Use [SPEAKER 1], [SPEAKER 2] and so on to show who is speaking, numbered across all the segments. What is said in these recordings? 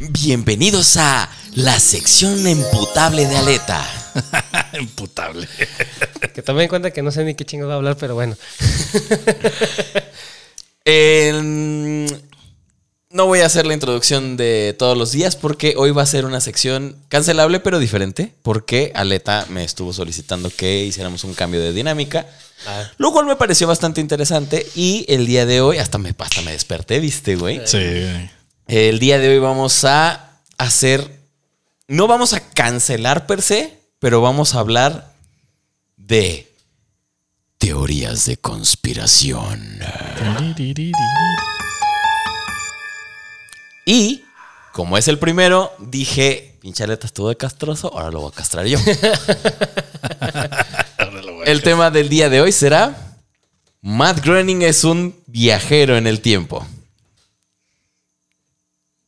[SPEAKER 1] Bienvenidos a la sección emputable de Aleta.
[SPEAKER 2] Imputable.
[SPEAKER 3] Que tomen en cuenta que no sé ni qué chingo va a hablar, pero bueno.
[SPEAKER 1] En- No voy a hacer la introducción de todos los días porque hoy va a ser una sección cancelable pero diferente porque Aleta me estuvo solicitando que hiciéramos un cambio de dinámica, lo cual me pareció bastante interesante y el día de hoy hasta me, hasta me desperté, viste, güey.
[SPEAKER 2] Sí, güey.
[SPEAKER 1] El día de hoy vamos a hacer, no vamos a cancelar per se, pero vamos a hablar de teorías de conspiración. Y como es el primero, dije, pinche aleta estuvo de castroso, ahora lo voy a castrar yo.
[SPEAKER 2] Ahora lo voy a
[SPEAKER 1] el tema del día de hoy será, Matt Groening es un viajero en el tiempo.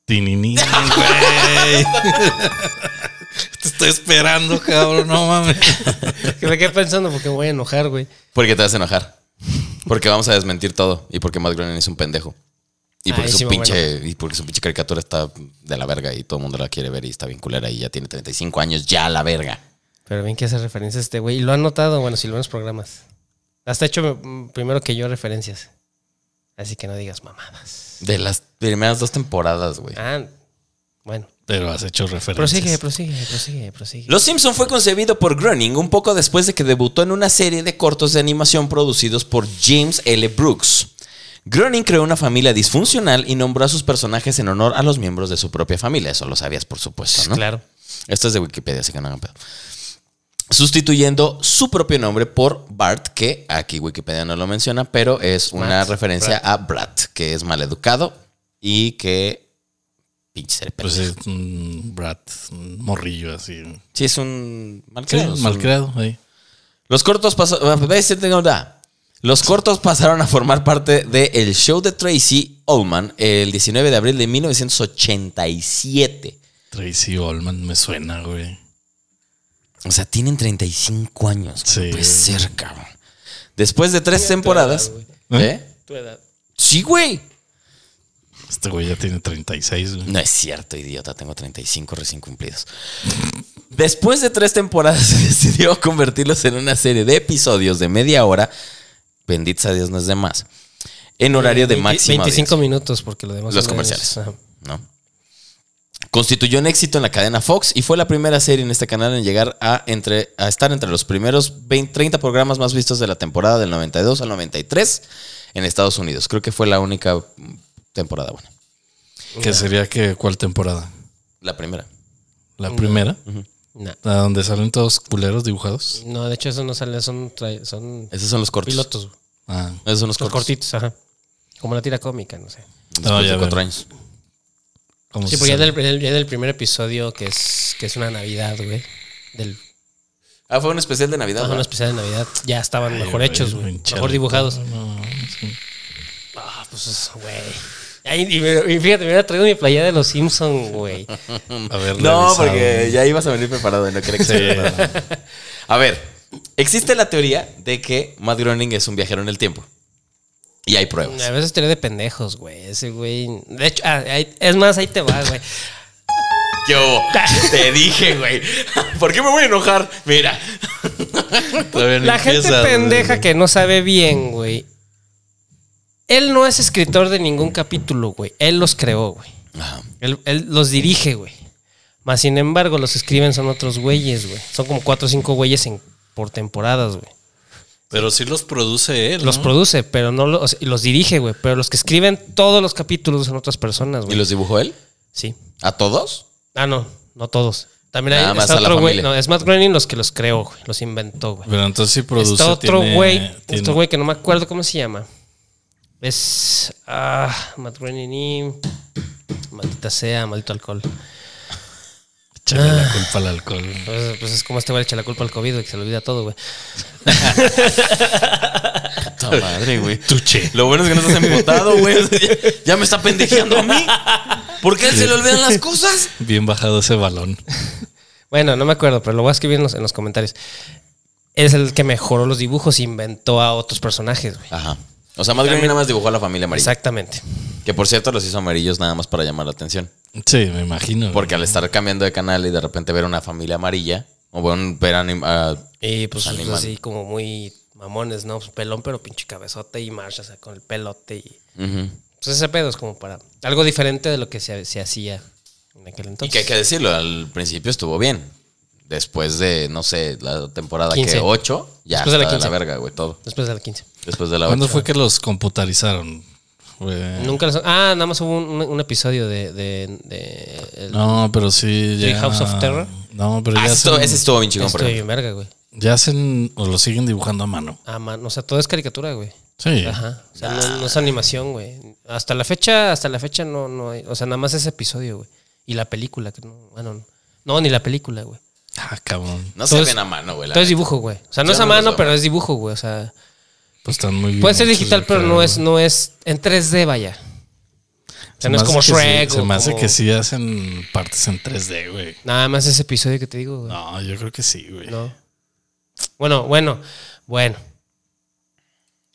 [SPEAKER 2] Tininín, güey. Te estoy esperando, cabrón, no mames.
[SPEAKER 3] Que me quedé pensando porque me voy a enojar, güey.
[SPEAKER 1] Porque te vas a enojar. Porque vamos a desmentir todo. Y porque Matt Groening es un pendejo. Y porque,
[SPEAKER 3] Ay,
[SPEAKER 1] su
[SPEAKER 3] sí, muy
[SPEAKER 1] pinche, y porque su pinche caricatura está de la verga y todo el mundo la quiere ver y está bien culera y ya tiene 35 años, ya la verga.
[SPEAKER 3] Pero bien que hace referencia a este güey. Y lo han notado, bueno, si lo ven los programas. Hasta ha hecho mm, primero que yo referencias. Así que no digas mamadas.
[SPEAKER 1] De las primeras dos temporadas, güey.
[SPEAKER 3] Ah, bueno.
[SPEAKER 2] Pero has hecho referencias.
[SPEAKER 3] Prosigue, prosigue, prosigue, prosigue.
[SPEAKER 1] Los Simpson fue concebido por Groening un poco después de que debutó en una serie de cortos de animación producidos por James L. Brooks. Groening creó una familia disfuncional y nombró a sus personajes en honor a los miembros de su propia familia. Eso lo sabías, por supuesto, ¿no?
[SPEAKER 3] Claro.
[SPEAKER 1] Esto es de Wikipedia, así que no hagan pedo. Sustituyendo su propio nombre por Bart, que aquí Wikipedia no lo menciona, pero es una
[SPEAKER 3] Bart,
[SPEAKER 1] referencia a Brat, que es maleducado y que. Pinche ser
[SPEAKER 2] Pues
[SPEAKER 1] pendejo.
[SPEAKER 2] es un brat, un morrillo así.
[SPEAKER 1] Sí, es un
[SPEAKER 2] Sí,
[SPEAKER 1] malcriado. es un-
[SPEAKER 2] malcriado, ahí.
[SPEAKER 1] Los cortos ah, pasaron. Los cortos pasaron a formar parte de El Show de Tracy Ullman el 19 de abril de 1987.
[SPEAKER 2] Tracy Olman me suena, güey.
[SPEAKER 1] O sea, tienen 35 años.
[SPEAKER 2] Sí.
[SPEAKER 1] Pues cerca, cabrón. Después de tres temporadas. ¿Eh?
[SPEAKER 3] Tu edad.
[SPEAKER 1] Sí, güey.
[SPEAKER 2] Este güey ya tiene 36, güey.
[SPEAKER 1] No es cierto, idiota. Tengo 35 recién cumplidos. Después de tres temporadas se decidió convertirlos en una serie de episodios de media hora. Bendito sea Dios, no es de más. En horario de máxima.
[SPEAKER 3] 25 minutos porque lo demás.
[SPEAKER 1] Los
[SPEAKER 3] son
[SPEAKER 1] comerciales.
[SPEAKER 3] medios. Ajá.
[SPEAKER 1] ¿no? Constituyó un éxito en la cadena Fox y fue la primera serie en este canal en llegar a, entre, a estar entre los primeros 20, 30 programas más vistos de la temporada del 92 al 93 en Estados Unidos. Creo que fue la única mm, temporada buena.
[SPEAKER 2] ¿Qué sería que cuál temporada?
[SPEAKER 1] La primera.
[SPEAKER 2] ¿La primera?
[SPEAKER 3] No.
[SPEAKER 2] ¿La donde salen todos culeros dibujados?
[SPEAKER 3] No, de hecho eso no sale, son, tra- son
[SPEAKER 1] Esos son los cortos.
[SPEAKER 3] pilotos, güey.
[SPEAKER 2] Ah,
[SPEAKER 1] Esos son los,
[SPEAKER 3] los
[SPEAKER 1] cortos.
[SPEAKER 3] cortitos, ajá. Como la tira cómica, no sé.
[SPEAKER 1] Después
[SPEAKER 2] No,
[SPEAKER 1] de
[SPEAKER 2] ya
[SPEAKER 1] cuatro
[SPEAKER 2] veo.
[SPEAKER 1] años.
[SPEAKER 2] ¿cómo
[SPEAKER 3] Sí,
[SPEAKER 2] se
[SPEAKER 3] porque ya
[SPEAKER 2] sabe?
[SPEAKER 3] del, del- ya del primer episodio, que es, que es una Navidad, güey. Del
[SPEAKER 1] Ah, fue un especial de Navidad.
[SPEAKER 3] una
[SPEAKER 1] ¿verdad?
[SPEAKER 3] especial de Navidad, ya estaban
[SPEAKER 2] Ay,
[SPEAKER 3] mejor hechos,
[SPEAKER 2] güey,
[SPEAKER 3] güey.
[SPEAKER 2] pinche
[SPEAKER 3] Mejor dibujados.
[SPEAKER 2] No, sí.
[SPEAKER 3] Ah, pues eso, güey. Ay, y, me- y fíjate, me hubiera traído mi playera de los Simpsons, güey.
[SPEAKER 2] A ver,
[SPEAKER 1] No,
[SPEAKER 2] revisado.
[SPEAKER 1] porque ya ibas a venir preparado y no quería que se viera. A ver, existe la teoría de que Matt Groening es un viajero en el tiempo. Y hay pruebas.
[SPEAKER 3] A veces te de pendejos, güey. Ese güey. De hecho, ah, ahí- es más, ahí te vas, güey.
[SPEAKER 1] Yo te dije, güey. ¿Por qué me voy a enojar? Mira.
[SPEAKER 2] Todavía ni
[SPEAKER 3] La gente
[SPEAKER 2] empiezas, güey.
[SPEAKER 3] pendeja que no sabe bien, güey. Él no es escritor de ningún capítulo, güey. Él los creó, güey. Él, él los dirige, güey. Más sin embargo, los escriben son otros güeyes, güey. Son como cuatro o cinco güeyes en- por temporadas, güey.
[SPEAKER 2] Pero sí los produce él.
[SPEAKER 3] Los
[SPEAKER 2] ¿no?
[SPEAKER 3] produce, pero no los, y los dirige, güey. Pero los que escriben todos los capítulos son otras personas,
[SPEAKER 1] ¿Y
[SPEAKER 3] güey.
[SPEAKER 1] los dibujó él?
[SPEAKER 3] Sí.
[SPEAKER 1] ¿A todos?
[SPEAKER 3] Ah, no, no todos. También hay
[SPEAKER 1] Nada más
[SPEAKER 3] está
[SPEAKER 1] a la
[SPEAKER 3] otro güey.
[SPEAKER 1] familia.
[SPEAKER 3] No, es Matt Groening los que los creó, güey. Los inventó, güey.
[SPEAKER 2] Pero entonces sí produce.
[SPEAKER 3] Está otro
[SPEAKER 2] tiene-
[SPEAKER 3] güey,
[SPEAKER 2] tiene-
[SPEAKER 3] otro güey que no me acuerdo cómo se llama. Es. Ah, Matt Groening y. Maldita sea, maldito alcohol.
[SPEAKER 2] Echarle la culpa al alcohol. güey.
[SPEAKER 3] Pues, pues es como este güey le echa la culpa al COVID, güey, que se le olvida todo, güey.
[SPEAKER 1] madre, güey.
[SPEAKER 2] Tuche.
[SPEAKER 1] Lo bueno es que no estás empotado, güey. Ya- Ya me está pendejeando a mí. ¿Por qué a él se le olvidan las cosas?
[SPEAKER 2] Bien bajado ese balón.
[SPEAKER 3] Bueno, no me acuerdo, pero lo voy a escribir en los, en los comentarios. Es el que mejoró los dibujos e inventó a otros personajes, güey.
[SPEAKER 1] Ajá. O sea, Matt Groening nada más dibujó a la familia amarilla.
[SPEAKER 3] Exactamente.
[SPEAKER 1] Que por cierto los hizo amarillos nada más para llamar la atención.
[SPEAKER 2] Sí, me imagino.
[SPEAKER 1] Porque al estar cambiando de canal y de repente ver una familia amarilla, o bueno, ver anim- ah,
[SPEAKER 3] Y pues
[SPEAKER 1] Animal.
[SPEAKER 3] así como muy mamones, ¿no? Pues pelón, pero pinche cabezote y marcha, o sea, con el pelote y.
[SPEAKER 1] ujú.
[SPEAKER 3] Pues ese pedo es como para. Algo diferente de lo que se, se hacía en aquel
[SPEAKER 1] Y
[SPEAKER 3] entonces.
[SPEAKER 1] que hay que decirlo, al principio estuvo bien. Después de, no sé, la temporada
[SPEAKER 3] 15.
[SPEAKER 1] que 8, ya
[SPEAKER 3] Después de la
[SPEAKER 1] está de
[SPEAKER 3] 15.
[SPEAKER 1] la verga, güey, todo.
[SPEAKER 3] Después del 15.
[SPEAKER 1] Después de la
[SPEAKER 2] ¿Cuándo
[SPEAKER 1] 8.
[SPEAKER 2] fue que los computarizaron? Fue-
[SPEAKER 3] Nunca los- Ah, nada más hubo un, un- un episodio de. de, de- el-
[SPEAKER 2] No, pero sí.
[SPEAKER 3] Three
[SPEAKER 2] ya-
[SPEAKER 3] House of Terror.
[SPEAKER 2] No, pero
[SPEAKER 1] Ah,
[SPEAKER 2] ya,
[SPEAKER 1] esto-
[SPEAKER 2] hacen,
[SPEAKER 1] ese estuvo bien chingón, por
[SPEAKER 3] Estoy
[SPEAKER 1] ejemplo.
[SPEAKER 3] bien verga, güey.
[SPEAKER 2] ya hacen o lo siguen dibujando a mano.
[SPEAKER 3] Ah, man, o sea, todo es caricatura, güey.
[SPEAKER 2] Sí.
[SPEAKER 3] Ajá. O sea, no, no
[SPEAKER 2] Ah.
[SPEAKER 3] es animación, güey. Hasta la fecha, hasta la fecha no, no hay. O sea, nada más ese episodio, güey. Y la película, que no. Bueno, no. No, ni la película, güey.
[SPEAKER 2] Ah, cabrón.
[SPEAKER 1] No se
[SPEAKER 3] Entonces-
[SPEAKER 1] ven a mano, güey. la
[SPEAKER 3] Todo es
[SPEAKER 1] neta.
[SPEAKER 3] dibujo, güey. O sea, no
[SPEAKER 1] Yo
[SPEAKER 3] es a
[SPEAKER 1] no los
[SPEAKER 3] mano,
[SPEAKER 1] veo.
[SPEAKER 3] pero es dibujo, güey. O sea,
[SPEAKER 2] Pues están muy bien.
[SPEAKER 3] puede ser
[SPEAKER 2] hechos,
[SPEAKER 3] digital,
[SPEAKER 2] yo
[SPEAKER 3] pero
[SPEAKER 2] creo.
[SPEAKER 3] no es, no es en 3D, vaya. O
[SPEAKER 2] Se
[SPEAKER 3] sea, no
[SPEAKER 2] me
[SPEAKER 3] es
[SPEAKER 2] hace
[SPEAKER 3] como
[SPEAKER 2] que sí-
[SPEAKER 3] Shrek.
[SPEAKER 2] se
[SPEAKER 3] o
[SPEAKER 2] me hace
[SPEAKER 3] como-
[SPEAKER 2] que sí hacen partes en 3D, güey.
[SPEAKER 3] Nada más ese episodio que te digo, güey.
[SPEAKER 2] No, yo creo que sí, güey.
[SPEAKER 3] No. Bueno, bueno, bueno.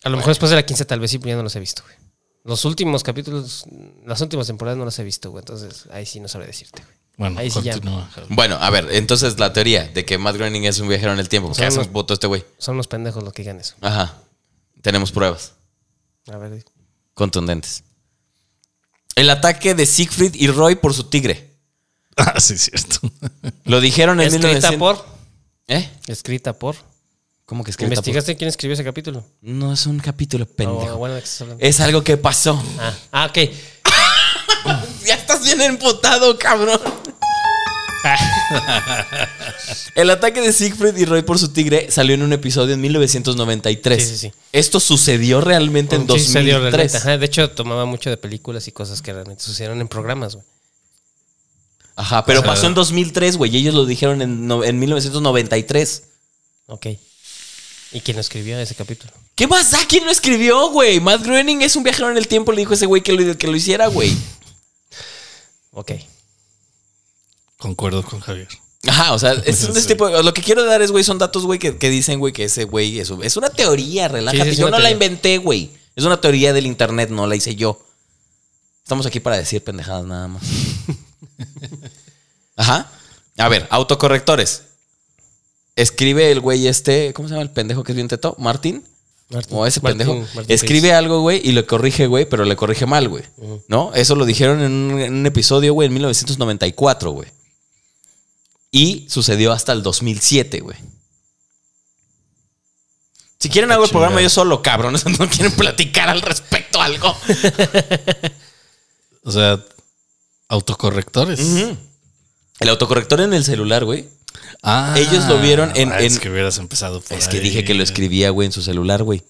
[SPEAKER 3] A lo mejor después de la 15 tal vez sí, pero ya no los he visto, güey. Los últimos capítulos, las últimas temporadas no las he visto, güey. Entonces, ahí sí no sabré decirte, güey.
[SPEAKER 2] Bueno,
[SPEAKER 3] Ahí sí ya.
[SPEAKER 2] continúa.
[SPEAKER 1] Bueno, a ver, entonces la teoría de que Matt Groening es un viajero en el tiempo. ¿Qué
[SPEAKER 3] Son
[SPEAKER 1] hace
[SPEAKER 3] los-
[SPEAKER 1] un puto este güey?
[SPEAKER 3] Son los pendejos los que digan eso.
[SPEAKER 1] Ajá. Tenemos pruebas
[SPEAKER 3] A ver,
[SPEAKER 1] contundentes. El ataque de Siegfried y Roy por su tigre.
[SPEAKER 2] Ah, sí, cierto.
[SPEAKER 1] Lo dijeron en
[SPEAKER 3] escrita
[SPEAKER 1] 1900.
[SPEAKER 3] por.
[SPEAKER 1] ¿Eh?
[SPEAKER 3] Escrita por.
[SPEAKER 1] ¿Cómo que escrita por?
[SPEAKER 3] ¿Investigaste quién escribió ese capítulo?
[SPEAKER 1] No es un capítulo pendejo. Eh,
[SPEAKER 3] Ah, bueno, ¿de qué estás hablando?
[SPEAKER 1] Es algo que pasó.
[SPEAKER 3] Ah, ah, ok.
[SPEAKER 1] Ya estás bien emputado, cabrón. El ataque de Siegfried y Roy por su tigre salió en un episodio en 1993.
[SPEAKER 3] Sí, sí, sí.
[SPEAKER 1] Esto sucedió realmente en
[SPEAKER 3] Sí, se dio
[SPEAKER 1] 2003.
[SPEAKER 3] realmente. Ajá, de hecho, tomaba mucho de películas y cosas que realmente sucedieron en programas, güey.
[SPEAKER 1] Ajá, pero
[SPEAKER 2] O sea,
[SPEAKER 1] pasó en 2003, güey. Y ellos lo dijeron en, no- en 1993.
[SPEAKER 3] Ok. ¿Y quién lo escribió ese capítulo?
[SPEAKER 1] ¿Qué más da? ¿Quién lo escribió, güey? Matt Groening es un viajero en el tiempo. Le dijo a ese güey que lo, que lo hiciera, güey.
[SPEAKER 3] Ok.
[SPEAKER 2] Concuerdo con Javier.
[SPEAKER 1] Ajá, o sea, es un
[SPEAKER 2] Sí.
[SPEAKER 1] tipo. Lo que quiero dar es, güey, son datos, güey, que, que dicen, güey, que ese güey es, es una teoría, relájate.
[SPEAKER 3] Sí, sí, es
[SPEAKER 1] yo
[SPEAKER 3] una
[SPEAKER 1] no la
[SPEAKER 3] teoría.
[SPEAKER 1] inventé, güey. Es una teoría del internet, no la hice yo. Estamos aquí para decir pendejadas nada más. Ajá. A ver, autocorrectores. Escribe el güey este, ¿cómo se llama el pendejo que es bien teto? ¿Martín?
[SPEAKER 3] Martín.
[SPEAKER 1] O ese
[SPEAKER 3] Martín-
[SPEAKER 1] pendejo.
[SPEAKER 3] Martín
[SPEAKER 1] Escribe algo, güey, y lo corrige, güey, pero le corrige mal, güey. ¿No? Eso lo dijeron en un, en un episodio, güey, en 1994, güey. Y sucedió hasta el 2007, güey. Si quieren
[SPEAKER 3] Ah,
[SPEAKER 1] hago el
[SPEAKER 2] chingada.
[SPEAKER 1] programa yo solo, cabrones. No quieren platicar al respecto algo.
[SPEAKER 2] O sea, autocorrectores.
[SPEAKER 1] El autocorrector en el celular, güey.
[SPEAKER 2] Ah,
[SPEAKER 1] Ellos lo vieron en-
[SPEAKER 2] ah, Es
[SPEAKER 1] en-
[SPEAKER 2] que hubieras empezado por
[SPEAKER 1] Es que
[SPEAKER 2] ahí.
[SPEAKER 1] dije que lo escribía, güey, en su celular, güey.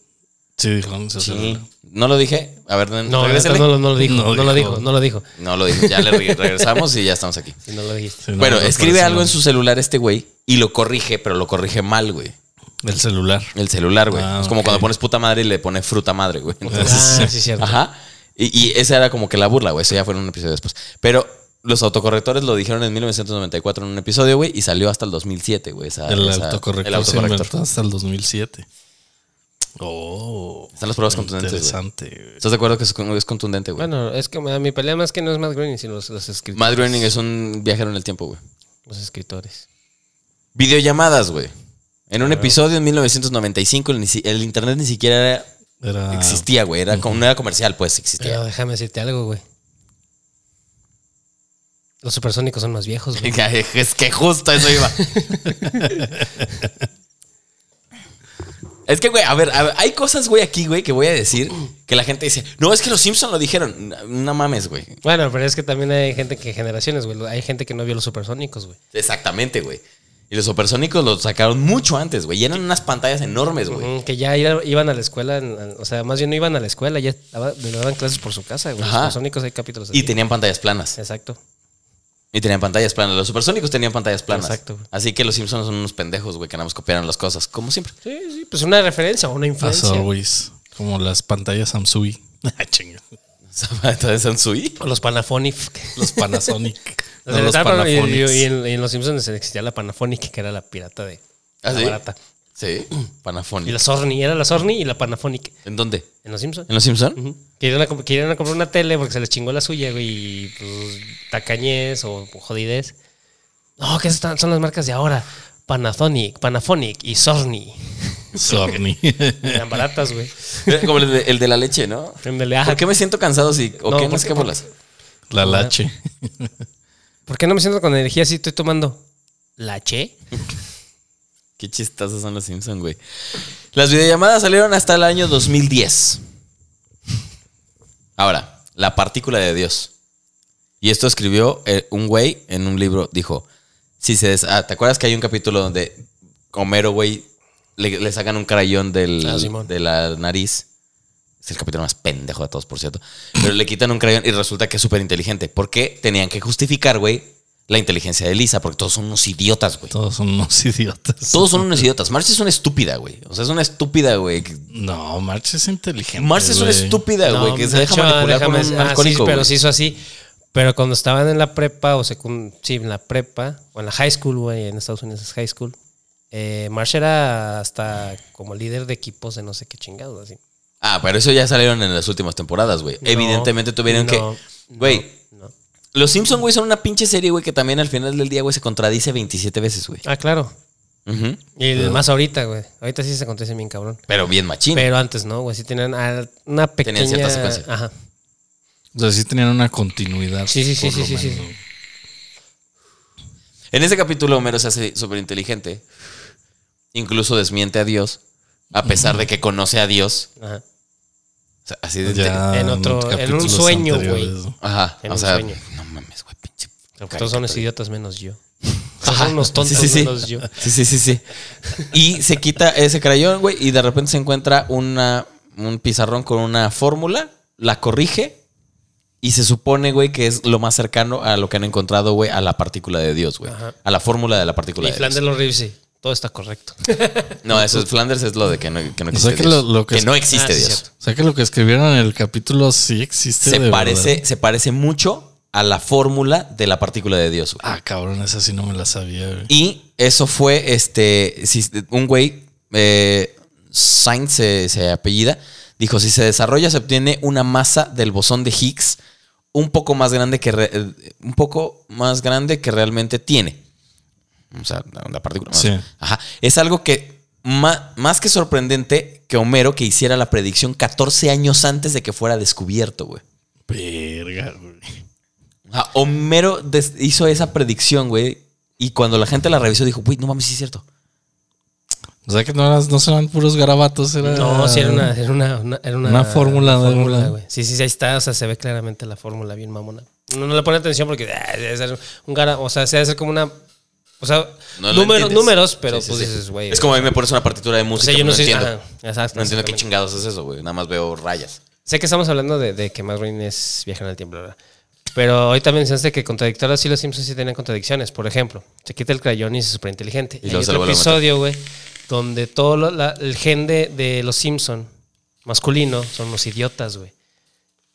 [SPEAKER 2] Sí, dijo. no sé
[SPEAKER 1] Sí.
[SPEAKER 2] hacerlo.
[SPEAKER 1] ¿No lo dije? A ver,
[SPEAKER 3] No, la neta
[SPEAKER 1] regrésale.
[SPEAKER 3] no, lo- no lo dijo,
[SPEAKER 2] No
[SPEAKER 3] no, lo
[SPEAKER 2] dijo.
[SPEAKER 3] dijo, no lo dijo.
[SPEAKER 1] No lo dije. Ya le re- regresamos y ya estamos aquí.
[SPEAKER 3] Si no lo dijiste.
[SPEAKER 2] Sí, no,
[SPEAKER 1] bueno,
[SPEAKER 2] no,
[SPEAKER 1] escribe
[SPEAKER 2] parece
[SPEAKER 1] algo
[SPEAKER 2] no.
[SPEAKER 1] en su celular este güey y lo corrige, pero lo corrige mal, güey.
[SPEAKER 2] Del celular.
[SPEAKER 1] El celular, güey.
[SPEAKER 2] Ah,
[SPEAKER 1] es como
[SPEAKER 2] ok.
[SPEAKER 1] cuando pones puta madre y le pones fruta madre, güey.
[SPEAKER 3] Ah,
[SPEAKER 1] Entonces,
[SPEAKER 3] sí, es cierto.
[SPEAKER 1] ajá. Y, y esa era como que la burla, güey. Eso ya fue en un episodio después. Pero los autocorrectores lo dijeron en 1994 en un episodio, güey, y salió hasta el 2007, güey. esa-
[SPEAKER 2] El
[SPEAKER 1] esa-
[SPEAKER 2] autocorrector,
[SPEAKER 1] Ah, el autocorrector.
[SPEAKER 2] se inventó hasta el 2007. Oh.
[SPEAKER 1] Están las pruebas contundentes, güey.
[SPEAKER 2] Interesante. güey.
[SPEAKER 1] ¿Estás de acuerdo que es, es contundente, güey?
[SPEAKER 3] Bueno, es que me- mi pelea más que no es Matt Groening, sino los, los escritores.
[SPEAKER 1] Matt Groening es un viajero en el tiempo, güey.
[SPEAKER 3] Los escritores.
[SPEAKER 1] Videollamadas, güey. En un episodio en 1995 el, ni si- el internet ni siquiera era-
[SPEAKER 2] Era,
[SPEAKER 1] existía, güey. Era, como- No era comercial, pues existía.
[SPEAKER 3] Pero déjame decirte algo, güey. Los supersónicos son más viejos, güey.
[SPEAKER 1] Es que justo eso iba. es que, güey, a ver, a ver, hay cosas, güey, aquí, güey, que voy a decir que la gente dice, no, es que los Simpson lo dijeron. No, no mames, güey.
[SPEAKER 3] Bueno, pero es que también hay gente que generaciones, güey. Hay gente que no vio los supersónicos, güey.
[SPEAKER 1] Exactamente, güey. Y los supersónicos los sacaron mucho antes, güey. Y eran unas pantallas enormes, güey.
[SPEAKER 3] Ujú, Que ya ira- iban a la escuela, en- en- o sea, más bien no iban a la escuela, ya daba- le daban clases por su casa, güey. Los
[SPEAKER 1] Ajá.
[SPEAKER 3] supersónicos hay capítulos así.
[SPEAKER 1] Y tenían pantallas planas.
[SPEAKER 3] Exacto.
[SPEAKER 1] Y tenían pantallas planas. Los supersónicos tenían pantallas planas.
[SPEAKER 3] Exacto, güey.
[SPEAKER 1] Así que los Simpson son unos pendejos, güey, que nada más copiaron las cosas, como siempre.
[SPEAKER 3] Sí, sí, pues una referencia o
[SPEAKER 1] Ah,
[SPEAKER 3] una
[SPEAKER 2] As
[SPEAKER 3] influencia.
[SPEAKER 2] always. Como las pantallas Samsung. Ah, chinga.
[SPEAKER 1] Entonces, Sansui.
[SPEAKER 3] O los Panaphonic.
[SPEAKER 2] Los Panasonic.
[SPEAKER 3] O
[SPEAKER 2] no
[SPEAKER 3] sea,
[SPEAKER 2] los
[SPEAKER 3] estaba- y,
[SPEAKER 2] Panaphonics.
[SPEAKER 3] y- y en, y en Los Simpsons existía la Panaphonic, que era la pirata de
[SPEAKER 1] ¿Ah,
[SPEAKER 3] la
[SPEAKER 1] sí?
[SPEAKER 3] barata.
[SPEAKER 1] Sí.
[SPEAKER 3] Y
[SPEAKER 1] Panafónica.
[SPEAKER 3] la Sorny, era la Sorny y la Panafonic.
[SPEAKER 1] ¿En dónde?
[SPEAKER 3] En los Simpsons.
[SPEAKER 1] ¿En los Simpson?
[SPEAKER 3] Ujú. Querían a, comp- querían a comprar una tele porque se les chingó la suya, güey. Y pues tacañez o jodidez. No, que esas están- son las marcas de ahora. Panasonic, Panafonic y Sony.
[SPEAKER 2] Sorny.
[SPEAKER 3] Eran baratas, güey.
[SPEAKER 1] Como el de, el de la leche, ¿no?
[SPEAKER 3] Ándale, ah, ajá.
[SPEAKER 1] ¿Por qué me siento cansado si o
[SPEAKER 3] No,
[SPEAKER 1] qué no
[SPEAKER 3] ¿por
[SPEAKER 1] sé
[SPEAKER 3] qué?
[SPEAKER 1] qué bolas?
[SPEAKER 2] La lache.
[SPEAKER 3] ¿Por qué no me siento con energía si estoy tomando lache?
[SPEAKER 1] Qué chistazos son los Simpson, güey. Las videollamadas salieron hasta el año 2010. Ahora, la partícula de Dios. Y esto escribió eh, un güey en un libro. Dijo, si se des- ah, ¿te acuerdas que hay un capítulo donde Homero, güey, le, le sacan un crayón del,
[SPEAKER 3] Ah, Simón.
[SPEAKER 1] de la nariz? Es el capítulo más pendejo de todos, por cierto. Pero le quitan un crayón y resulta que es súper inteligente. Porque tenían que justificar, güey, la inteligencia de Lisa. Porque todos son unos idiotas, güey.
[SPEAKER 2] Todos son unos idiotas.
[SPEAKER 1] Todos son unos idiotas. Marcia es una estúpida, güey. O sea, es una estúpida, güey.
[SPEAKER 2] No, March es inteligente.
[SPEAKER 1] Marcia es una
[SPEAKER 2] güey.
[SPEAKER 1] estúpida, güey,
[SPEAKER 3] No,
[SPEAKER 1] que se
[SPEAKER 3] de
[SPEAKER 1] deja
[SPEAKER 3] hecho,
[SPEAKER 1] manipular con
[SPEAKER 3] déjame-
[SPEAKER 1] un
[SPEAKER 3] ah, sí,
[SPEAKER 1] alcohólico.
[SPEAKER 3] pero
[SPEAKER 1] güey.
[SPEAKER 3] se hizo así. Pero cuando estaban en la prepa o secund sí, en la prepa o en la high school, güey, en Estados Unidos es high school. Eh, Marsh era hasta como líder de equipos de no sé qué chingados, así.
[SPEAKER 1] Ah, pero eso ya salieron en las últimas temporadas, güey.
[SPEAKER 3] No,
[SPEAKER 1] Evidentemente tuvieron
[SPEAKER 3] no,
[SPEAKER 1] que. Güey,
[SPEAKER 3] no.
[SPEAKER 1] los Simpson, güey, son una pinche serie, güey, que también al final del día, güey, se contradice 27 veces, güey.
[SPEAKER 3] Ah, claro.
[SPEAKER 1] Ujú.
[SPEAKER 3] Y el más ahorita, güey. Ahorita sí se acontece bien cabrón.
[SPEAKER 1] Pero bien machín.
[SPEAKER 3] Pero antes, ¿no? Güey, sí tenían al- una pequeña...
[SPEAKER 1] Tenían cierta secuencia.
[SPEAKER 3] Ajá.
[SPEAKER 2] O sea, sí tenían una continuidad.
[SPEAKER 3] Sí, sí, sí,
[SPEAKER 2] por lo
[SPEAKER 3] sí, sí,
[SPEAKER 2] menos.
[SPEAKER 3] sí.
[SPEAKER 1] En ese capítulo, Homero se hace súper inteligente. Incluso desmiente a Dios, a pesar de que conoce a Dios.
[SPEAKER 3] Ajá.
[SPEAKER 1] O sea, así de.
[SPEAKER 2] Ya
[SPEAKER 3] En otro- en un
[SPEAKER 2] capítulos
[SPEAKER 3] sueño, güey.
[SPEAKER 2] anteriores.
[SPEAKER 1] Ajá.
[SPEAKER 3] En
[SPEAKER 1] o
[SPEAKER 3] un
[SPEAKER 1] sea,
[SPEAKER 3] sueño.
[SPEAKER 1] no mames, güey, pinche.
[SPEAKER 3] Porque todos son unos
[SPEAKER 1] caricatura.
[SPEAKER 3] idiotas menos yo. Todos son unos tontos
[SPEAKER 1] Sí, sí, sí.
[SPEAKER 3] menos yo.
[SPEAKER 1] Sí, sí, sí, sí. Y se quita ese crayón, güey, y de repente se encuentra una, un pizarrón con una fórmula, la corrige y se supone, güey, que es lo más cercano a lo que han encontrado, güey, a la partícula de Dios, güey.
[SPEAKER 3] Ajá.
[SPEAKER 1] A la fórmula de la partícula
[SPEAKER 3] Y
[SPEAKER 1] de
[SPEAKER 3] Flanders
[SPEAKER 1] Dios.
[SPEAKER 3] los Reeves, sí. Todo está correcto.
[SPEAKER 1] No, eso es Flanders, es lo de que no, que no
[SPEAKER 2] O sea,
[SPEAKER 1] existe
[SPEAKER 2] que
[SPEAKER 1] Dios.
[SPEAKER 2] lo- lo que
[SPEAKER 1] que
[SPEAKER 2] es-
[SPEAKER 1] no existe
[SPEAKER 3] Ah, sí,
[SPEAKER 1] Dios.
[SPEAKER 3] cierto.
[SPEAKER 2] O sea, que lo que escribieron en el capítulo sí existe. de
[SPEAKER 1] Se
[SPEAKER 2] verdad.
[SPEAKER 1] parece, se parece mucho a la fórmula de la partícula de Dios, güey.
[SPEAKER 2] Ah, cabrón, esa sí no me la sabía, güey.
[SPEAKER 1] Y eso fue, este, si- un güey, eh, Sainz se, se apellida, dijo, si se desarrolla se obtiene una masa del bosón de Higgs un poco más grande que, re- eh, un poco más grande que realmente tiene. O sea, la, la partícula. más-
[SPEAKER 2] Sí.
[SPEAKER 1] Ajá. Es algo que, ma- más que sorprendente que Homero que hiciera la predicción 14 años antes de que fuera descubierto, güey.
[SPEAKER 2] Verga, güey.
[SPEAKER 1] Ah, Homero des- hizo esa predicción, güey. Y cuando la gente la revisó, dijo, güey, no mames, sí es cierto.
[SPEAKER 2] O sea, que no, eras- no serán puros garabatos, era.
[SPEAKER 3] No, sí, era una, era una, una, era una,
[SPEAKER 2] Una fórmula,
[SPEAKER 3] una
[SPEAKER 2] de-
[SPEAKER 3] fórmula, güey. Sí, sí, sí, ahí está. O sea, se ve claramente la fórmula bien mamona. Uno no le pone atención porque ah, debe ser un gara. O sea, se debe ser como una. O sea,
[SPEAKER 1] No la
[SPEAKER 3] número-
[SPEAKER 1] entiendes.
[SPEAKER 3] números, pero
[SPEAKER 1] Sí, sí,
[SPEAKER 3] pues
[SPEAKER 1] sí.
[SPEAKER 3] dices, güey.
[SPEAKER 1] Es como a mí me pones una partitura de
[SPEAKER 3] O
[SPEAKER 1] música.
[SPEAKER 3] sea, yo
[SPEAKER 1] pero
[SPEAKER 3] no,
[SPEAKER 1] no,
[SPEAKER 3] sé.
[SPEAKER 1] entiendo.
[SPEAKER 3] ajá, exacto,
[SPEAKER 1] no entiendo qué
[SPEAKER 3] exactamente.
[SPEAKER 1] chingados es eso, güey. Nada más veo rayas.
[SPEAKER 3] Sé que estamos hablando de, de que Matt Groening es viajar en el tiempo, ¿verdad? Pero hoy también mencionaste que contradictorias sí los Simpsons sí tenían contradicciones. Por ejemplo, se quita el crayón y es súper inteligente.
[SPEAKER 1] Y
[SPEAKER 3] Hay
[SPEAKER 1] luego se lo
[SPEAKER 3] otro
[SPEAKER 1] vuelve a matar.
[SPEAKER 3] episodio, güey, donde todo lo- la- el gen de, de los Simpson masculino son los idiotas, güey.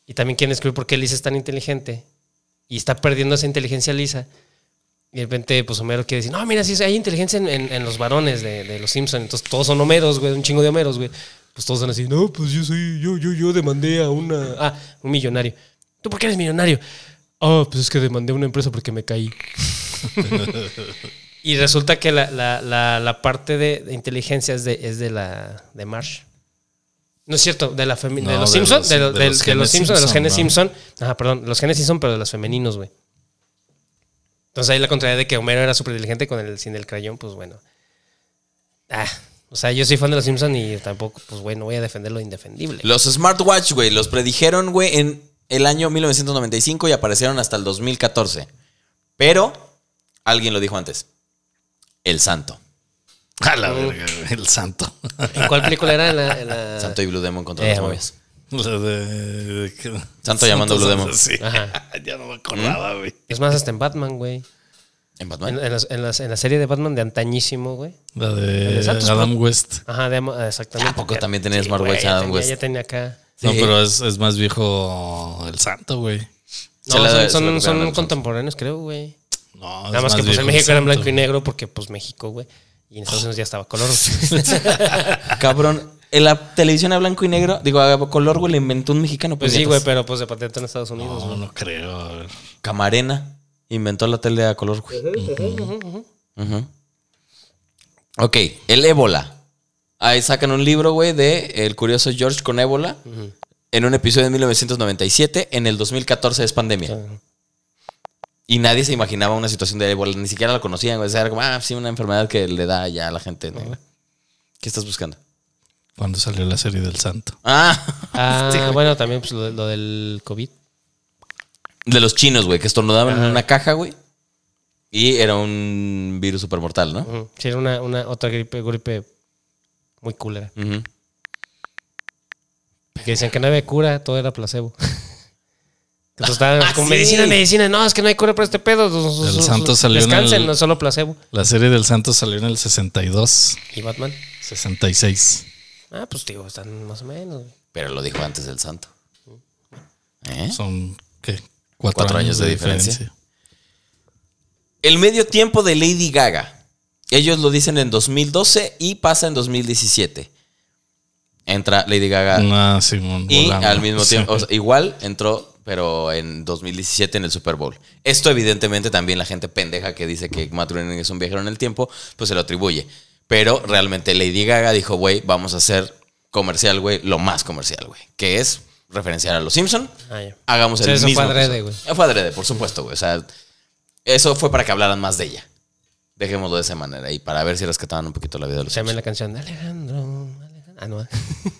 [SPEAKER 3] Y también quieren descubrir por qué Lisa es tan inteligente y está perdiendo esa inteligencia Lisa. Y de repente, pues Homero quiere decir, no, mira, sí, hay inteligencia en, en- en los varones de, de los Simpsons. Entonces todos son Homeros, güey, un chingo de Homeros, güey. Pues todos son así, no, pues yo soy, yo, yo, yo demandé a una, ah, un millonario. ¿Tú por qué eres millonario? Ah, pues es que demandé a una empresa porque me caí. y resulta que la, la- la- la parte de, de inteligencia es de, es de la, de Marsh. No es cierto, de, la femi-
[SPEAKER 2] No,
[SPEAKER 3] de los
[SPEAKER 2] de
[SPEAKER 3] Simpsons,
[SPEAKER 2] los-
[SPEAKER 3] de, lo-
[SPEAKER 2] de
[SPEAKER 3] del-
[SPEAKER 2] los
[SPEAKER 3] de los
[SPEAKER 2] genes
[SPEAKER 3] Simpson, de los
[SPEAKER 2] Simpson,
[SPEAKER 3] genes
[SPEAKER 2] ¿no?
[SPEAKER 3] Simpson. Ajá, perdón, los genes Simpson, pero de los femeninos, güey. Entonces ahí la contraria de que Homero era súper inteligente con el sin el crayón, pues bueno. Ah, o sea, yo soy fan de los Simpsons y tampoco, pues bueno, voy a defender lo indefendible.
[SPEAKER 1] Los smartwatch, güey, los predijeron, güey, en el año 1995 y aparecieron hasta el 2014. Pero alguien lo dijo antes. El santo.
[SPEAKER 2] A la verga, güey, el santo.
[SPEAKER 3] ¿En cuál película era? En la- en la-
[SPEAKER 1] Santo y Blue Demon contra
[SPEAKER 3] Eh,
[SPEAKER 1] las
[SPEAKER 3] güey.
[SPEAKER 1] momias.
[SPEAKER 2] La de- de que-
[SPEAKER 1] Santo llamando a Blue Demon.
[SPEAKER 2] Sí.
[SPEAKER 3] Ajá.
[SPEAKER 2] ya no me acordaba, güey.
[SPEAKER 3] Es más, hasta en Batman, güey.
[SPEAKER 1] En
[SPEAKER 3] En,
[SPEAKER 1] Batman.
[SPEAKER 3] en las- en las- en la serie de Batman de antañísimo, güey.
[SPEAKER 2] La de
[SPEAKER 3] de Santos
[SPEAKER 2] Adam West.
[SPEAKER 3] Ajá, de, ama- exactamente.
[SPEAKER 1] ¿A poco
[SPEAKER 3] Que-
[SPEAKER 1] también tenía
[SPEAKER 3] sí,
[SPEAKER 1] smartwatch
[SPEAKER 3] güey, ya
[SPEAKER 1] Adam
[SPEAKER 3] tenía-
[SPEAKER 1] West?
[SPEAKER 3] Ya tenía acá.
[SPEAKER 2] No,
[SPEAKER 1] Sí.
[SPEAKER 2] pero es, es más viejo el santo, güey.
[SPEAKER 1] Se
[SPEAKER 3] No,
[SPEAKER 1] la- se la
[SPEAKER 3] son, son-
[SPEAKER 1] copiaron
[SPEAKER 3] son
[SPEAKER 1] a los Ah,
[SPEAKER 3] contemporáneos, creo, güey.
[SPEAKER 2] No, es
[SPEAKER 3] Nada más que pues
[SPEAKER 2] viejo
[SPEAKER 3] en
[SPEAKER 2] el
[SPEAKER 3] México era en
[SPEAKER 2] santo.
[SPEAKER 3] blanco y negro porque pues México, güey. Y en Estados Unidos ya estaba color. Pues
[SPEAKER 1] Cabrón, en la televisión a blanco y negro, digo, a color, güey, le inventó un mexicano.
[SPEAKER 3] pues sí,
[SPEAKER 1] puñetas.
[SPEAKER 3] güey, pero pues se patentó en Estados Unidos.
[SPEAKER 2] No,
[SPEAKER 3] güey.
[SPEAKER 2] no creo. a ver.
[SPEAKER 1] Camarena inventó la tele a color, güey. Ujú. Ok, el ébola. Ahí sacan un libro, güey, de El curioso George con ébola. En un episodio de 1997, en el 2014 es pandemia. Y nadie se imaginaba una situación de ébola, ni siquiera la conocían, güey. O sea, era como, ah, sí, una enfermedad que le da ya a la gente negra. ¿Qué estás buscando?
[SPEAKER 2] Cuando salió la serie del santo.
[SPEAKER 1] Ah,
[SPEAKER 3] Ah, bueno, también pues, lo, de- lo del COVID.
[SPEAKER 1] de los chinos, güey, que estornudaban en una caja, güey. Y era un virus super mortal, ¿no?
[SPEAKER 3] Ujú. Sí, era una, una otra gripe, gripe muy culera.
[SPEAKER 1] Ujú.
[SPEAKER 3] Que decían que no había cura, todo era placebo. Que pues estaban
[SPEAKER 1] Ah,
[SPEAKER 3] con
[SPEAKER 1] sí.
[SPEAKER 3] medicina, medicina. No, es que no hay cura para este pedo.
[SPEAKER 2] El santo salió en
[SPEAKER 3] Descansen,
[SPEAKER 2] el-
[SPEAKER 3] no solo placebo.
[SPEAKER 2] La serie del santo salió en el 62,
[SPEAKER 3] Y Batman.
[SPEAKER 2] 66.
[SPEAKER 3] Ah, pues digo, están más o menos. güey.
[SPEAKER 1] Pero lo dijo antes del santo. ¿Eh?
[SPEAKER 2] Son, ¿qué? Cuatro,
[SPEAKER 1] Cuatro años de diferencia. El medio tiempo de Lady Gaga. Ellos lo dicen en 2012 y pasa en 2017. Entra Lady Gaga
[SPEAKER 2] Ah, Simón.
[SPEAKER 1] y
[SPEAKER 2] volando.
[SPEAKER 1] al mismo
[SPEAKER 2] Sí.
[SPEAKER 1] tiempo, o sea, igual entró, pero en 2017 en el Super Bowl. Esto evidentemente también la gente pendeja que dice que Matt Groening es un viajero en el tiempo, pues se lo atribuye. Pero realmente Lady Gaga dijo, güey, vamos a hacer comercial, güey, lo más comercial, güey, que es referenciar a los Simpson.
[SPEAKER 3] Ah, ya.
[SPEAKER 1] Hagamos el
[SPEAKER 3] Sí, eso fue
[SPEAKER 1] mismo.
[SPEAKER 3] adrede,
[SPEAKER 1] episodio.
[SPEAKER 3] güey.
[SPEAKER 1] Eh, Fue adrede, por supuesto, güey. O sea, eso fue para que hablaran más de ella. Dejémoslo de esa manera y para ver si rescataban un poquito la vida de los
[SPEAKER 3] Llamen
[SPEAKER 1] Simpson.
[SPEAKER 3] la canción de Alejandro. Alejandro. Ah, no.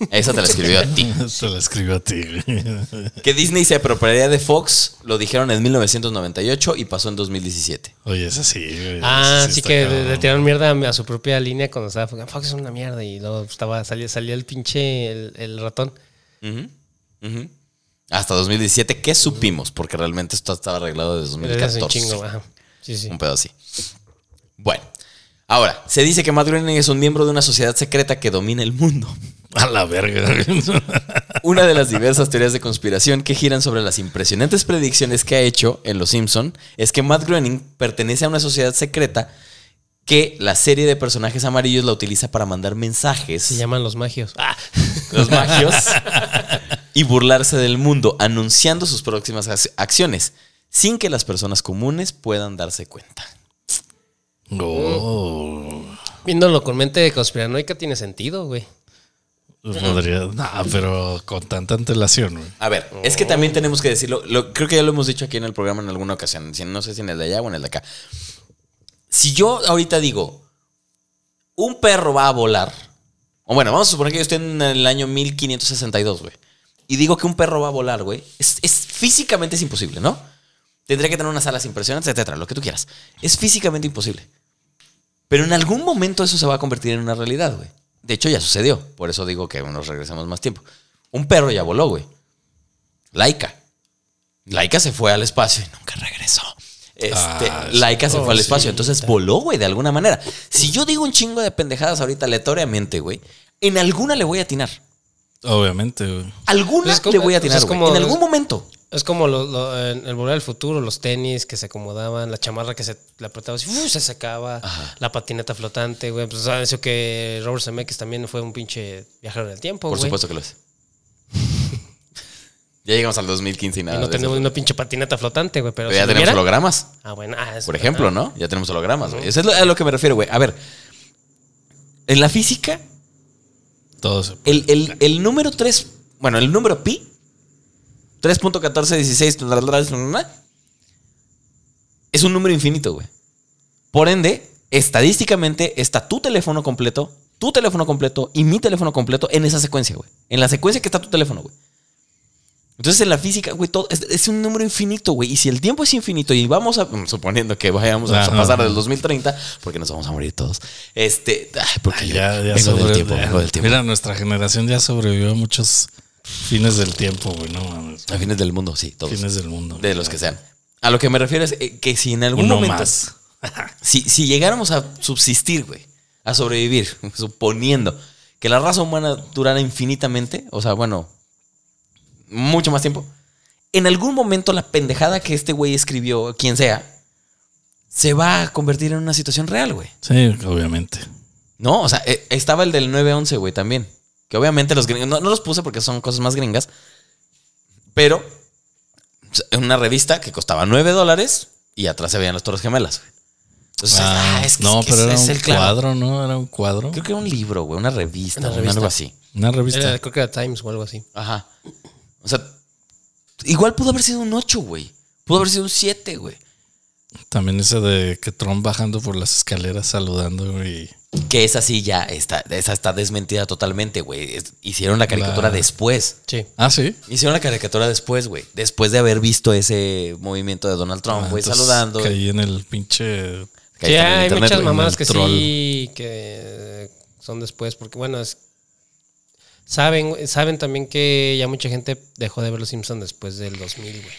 [SPEAKER 1] Esa te la escribió a ti.
[SPEAKER 2] Se la escribió a ti. güey.
[SPEAKER 1] Que Disney se apropiaría de Fox, lo dijeron en 1998 y pasó en 2017.
[SPEAKER 2] Oye, es así. güey,
[SPEAKER 3] Ah,
[SPEAKER 2] esa
[SPEAKER 3] sí
[SPEAKER 2] está
[SPEAKER 3] que le,
[SPEAKER 2] cabrón.
[SPEAKER 3] le tiraron mierda a, a su propia línea cuando estaba Fox. Fox es una mierda y luego estaba, salía, salía el pinche el, el ratón.
[SPEAKER 1] Ujú, ujú. Hasta 2017, ¿qué supimos? Porque realmente esto estaba arreglado desde
[SPEAKER 2] Mm.
[SPEAKER 3] Pero era un
[SPEAKER 1] 2014.
[SPEAKER 3] chingo, ajá. Sí, sí.
[SPEAKER 1] Un pedo así. Bueno, ahora, se dice que Matt Groening es un miembro de una sociedad secreta que domina el mundo.
[SPEAKER 2] A la verga. güey.
[SPEAKER 1] Una de las diversas teorías de conspiración que giran sobre las impresionantes predicciones que ha hecho en Los Simpson es que Matt Groening pertenece a una sociedad secreta que la serie de personajes amarillos la utiliza para mandar mensajes
[SPEAKER 3] Se llaman los magios. Ah,
[SPEAKER 1] los magios y burlarse del mundo anunciando sus próximas ac- acciones sin que las personas comunes puedan darse cuenta.
[SPEAKER 2] Oh.
[SPEAKER 3] viéndolo con mente de conspiranoica tiene sentido, güey.
[SPEAKER 2] Podría. Nah, pero con tanta antelación, güey.
[SPEAKER 1] A ver, es que también tenemos que decirlo, lo- creo que ya lo hemos dicho aquí en el programa en alguna ocasión, si- no sé si en el de allá o en el de acá. Si yo ahorita digo, un perro va a volar, o bueno, vamos a suponer que yo estoy en el año 1562, güey, y digo que un perro va a volar, güey, es, es- físicamente es imposible, ¿no? Tendría que tener unas alas impresionantes, etcétera, lo que tú quieras. Es físicamente imposible. Pero en algún momento eso se va a convertir en una realidad, güey. De hecho, ya sucedió. Por eso digo que nos regresamos más tiempo. Un perro ya voló, güey. Laika. Laika se fue al espacio y nunca regresó. Este,
[SPEAKER 2] Ah, sí.
[SPEAKER 1] Laika se
[SPEAKER 3] Oh,
[SPEAKER 1] fue al espacio, entonces voló, güey, de alguna manera. Si yo digo un chingo de pendejadas ahorita aleatoriamente, güey, en alguna le voy a atinar.
[SPEAKER 2] Obviamente, güey.
[SPEAKER 1] Alguna
[SPEAKER 3] Pues es como-
[SPEAKER 1] le voy a
[SPEAKER 3] pues
[SPEAKER 1] atinar,
[SPEAKER 3] es
[SPEAKER 1] güey.
[SPEAKER 3] como-
[SPEAKER 1] en algún momento.
[SPEAKER 3] Es como lo- lo- en el volver al futuro, los tenis que se acomodaban, la chamarra que se la apretaba así, ¡uf! se sacaba, la patineta flotante, güey. Pues sabes eso que Robert Zemeckis también fue un pinche viajero del tiempo,
[SPEAKER 1] Por
[SPEAKER 3] güey.
[SPEAKER 1] supuesto que lo es. ya llegamos al 2015 y
[SPEAKER 3] Y
[SPEAKER 1] nada.
[SPEAKER 3] no
[SPEAKER 1] de Ah, eso.
[SPEAKER 3] tenemos una pinche patineta flotante, güey, pero,
[SPEAKER 1] Pero ya
[SPEAKER 3] si
[SPEAKER 1] tenemos
[SPEAKER 3] hubiera-
[SPEAKER 1] hologramas.
[SPEAKER 3] Ah, bueno, ah, es
[SPEAKER 1] Por
[SPEAKER 3] verdad.
[SPEAKER 1] ejemplo, ¿no? Ya tenemos hologramas, güey. Eso es lo- a lo que me refiero, güey. A ver, en la física,
[SPEAKER 2] Todo se
[SPEAKER 1] el, el- el número 3, bueno, el número pi, 3.1416, bla, bla, bla, bla, bla, es un número infinito, güey. Por ende, estadísticamente está tu teléfono completo, tu teléfono completo y mi teléfono completo en esa secuencia, güey. En la secuencia que está tu teléfono, güey. Entonces en la física, güey, todo es, es un número infinito, güey. Y si el tiempo es infinito y vamos a, mm, suponiendo que vayamos a
[SPEAKER 2] Ajá.
[SPEAKER 1] pasar del 2030, porque nos vamos a morir todos, este, ah, porque yo
[SPEAKER 2] Ya, ya
[SPEAKER 1] vengo del
[SPEAKER 2] sobrevivió.
[SPEAKER 1] tiempo, vengo del tiempo.
[SPEAKER 2] Mira, nuestra generación ya sobrevivió a muchos fines del tiempo, güey. No mames.
[SPEAKER 1] A fines del mundo, sí, todos.
[SPEAKER 2] Fines del mundo.
[SPEAKER 1] De los que sean. A lo que me refiero es eh, que si en algún
[SPEAKER 2] Uno
[SPEAKER 1] momento.
[SPEAKER 2] más.
[SPEAKER 1] Si, si llegáramos a subsistir, güey, a sobrevivir, suponiendo que la raza humana durara infinitamente, o sea, bueno, mucho más tiempo, en algún momento la pendejada que este güey escribió, quien sea, se va a convertir en una situación real, güey.
[SPEAKER 2] Sí, obviamente.
[SPEAKER 1] No, o sea, eh, estaba el del 9-11, güey, también. Que obviamente los gringos. No, no los puse porque son cosas más gringas. Pero. o sea, Una revista que costaba 9 dólares y atrás se veían las Torres Gemelas. güey. Entonces,
[SPEAKER 2] Ah,
[SPEAKER 1] ah, es que
[SPEAKER 2] no,
[SPEAKER 1] es que
[SPEAKER 2] pero
[SPEAKER 1] es-
[SPEAKER 2] era
[SPEAKER 1] es
[SPEAKER 2] un
[SPEAKER 1] el clavo.
[SPEAKER 2] cuadro, ¿no? Era un cuadro.
[SPEAKER 1] Creo que era un libro, güey, una revista,
[SPEAKER 3] Una
[SPEAKER 1] una
[SPEAKER 3] revista.
[SPEAKER 1] algo así.
[SPEAKER 2] Una revista.
[SPEAKER 3] Era, creo que era Times o algo así.
[SPEAKER 1] Ajá. O sea, igual pudo haber sido un 8, güey. Pudo haber sido un 7, güey.
[SPEAKER 2] También ese de que Trump bajando por las escaleras saludando güey, y
[SPEAKER 1] Que esa sí ya está, esa está desmentida totalmente, güey. Es- Hicieron la caricatura
[SPEAKER 2] La-
[SPEAKER 1] después.
[SPEAKER 3] Sí.
[SPEAKER 2] Ah, sí.
[SPEAKER 1] Hicieron la caricatura después, güey. Después de haber visto ese movimiento de Donald Trump, güey,
[SPEAKER 2] Ah, Entonces,
[SPEAKER 1] saludando.
[SPEAKER 2] Caí en el pinche.
[SPEAKER 1] Que
[SPEAKER 3] Sí,
[SPEAKER 1] ahí está en
[SPEAKER 3] hay
[SPEAKER 1] internet,
[SPEAKER 3] muchas
[SPEAKER 1] güey,
[SPEAKER 3] mamás
[SPEAKER 1] el
[SPEAKER 3] que
[SPEAKER 1] troll.
[SPEAKER 3] sí, que son después, porque bueno, es- saben, saben también que ya mucha gente dejó de ver Los Simpsons después del 2000, güey.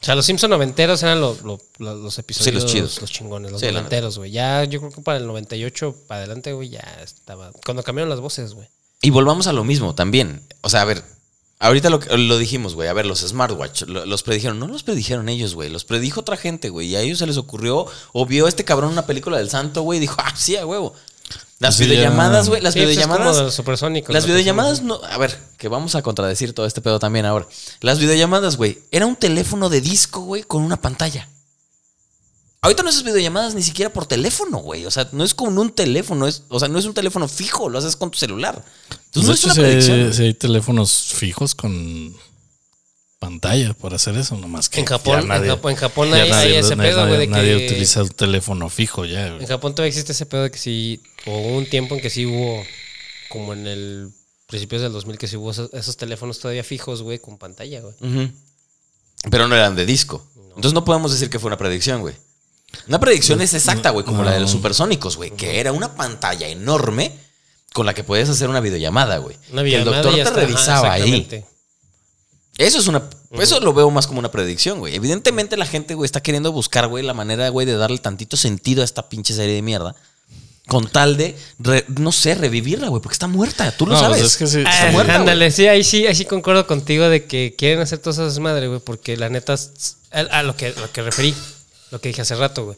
[SPEAKER 3] O sea, los Simpsons noventeros eran lo- lo- lo- los episodios
[SPEAKER 1] chidos.
[SPEAKER 3] los chingones, los
[SPEAKER 1] Sí, la neta.
[SPEAKER 3] noventeros, güey. Ya yo creo que para el 98 para adelante, güey, ya estaba. Cuando cambiaron las voces, güey.
[SPEAKER 1] Y volvamos a lo mismo también. O sea, a ver, ahorita lo, lo dijimos, güey. A ver, los smartwatch, lo- los predijeron. No los predijeron ellos, güey. Los predijo otra gente, güey. Y a ellos se les ocurrió o vio este cabrón una película del santo, güey, y dijo, ah, sí, a huevo. Las
[SPEAKER 2] Pues Sí, ya.
[SPEAKER 1] videollamadas, güey. Las
[SPEAKER 3] Sí, pues, es
[SPEAKER 1] videollamadas.
[SPEAKER 3] como de los supersónicos.
[SPEAKER 1] Las
[SPEAKER 3] lo que
[SPEAKER 1] videollamadas no. A ver, que vamos a contradecir todo este pedo también ahora. Las videollamadas, güey. Era un teléfono de disco, güey, con una pantalla. Ahorita no haces videollamadas ni siquiera por teléfono, güey. O sea, no es con un teléfono. Es, o sea, no es un teléfono fijo. Lo haces con tu celular. Entonces, no
[SPEAKER 2] de
[SPEAKER 1] es
[SPEAKER 2] hecho,
[SPEAKER 1] una
[SPEAKER 2] si
[SPEAKER 1] predicción.
[SPEAKER 2] hay,
[SPEAKER 1] güey.
[SPEAKER 2] si hay teléfonos fijos con pantalla para hacer eso, nomás que.
[SPEAKER 3] En Japón-
[SPEAKER 2] ya nadie-
[SPEAKER 3] en Japón- en Japón
[SPEAKER 2] ya
[SPEAKER 3] hay- hay
[SPEAKER 2] nadie-
[SPEAKER 3] ese
[SPEAKER 2] nadie-
[SPEAKER 3] pedo, güey, de
[SPEAKER 2] Nadie
[SPEAKER 3] que-
[SPEAKER 2] utiliza un teléfono fijo ya, güey.
[SPEAKER 3] En Japón todavía existe ese pedo de que sí, o hubo un tiempo en que sí hubo, como en el principios del 2000, que sí hubo esos, esos teléfonos todavía fijos, güey, con pantalla, güey.
[SPEAKER 1] Ujú. Pero no eran de disco. Entonces no podemos decir que fue una predicción, güey. Una predicción es exacta, güey, como la de los supersónicos, güey, que era una pantalla enorme con la que podías hacer una videollamada, güey.
[SPEAKER 3] Una
[SPEAKER 1] Que el
[SPEAKER 3] videollamada
[SPEAKER 1] doctor
[SPEAKER 3] y
[SPEAKER 1] te
[SPEAKER 3] hasta- ajá,
[SPEAKER 1] revisaba ahí.
[SPEAKER 3] exactamente.
[SPEAKER 1] Eso es una. Eso lo veo más como una predicción, güey. Evidentemente la gente, güey, está queriendo buscar, güey, la manera, güey, de darle tantito sentido a esta pinche serie de mierda. Con tal de, re- no sé, revivirla, güey, porque está muerta. Tú lo
[SPEAKER 2] No, pues
[SPEAKER 1] sabes.
[SPEAKER 2] es que sí,
[SPEAKER 1] Está
[SPEAKER 2] sí.
[SPEAKER 3] Ah,
[SPEAKER 1] muerta, güey.
[SPEAKER 3] ándale, sí, ahí sí, ahí sí concuerdo contigo de que quieren hacer todas esas madres, güey, porque la neta, s- a, a lo, que, lo que referí, lo que dije hace rato, güey.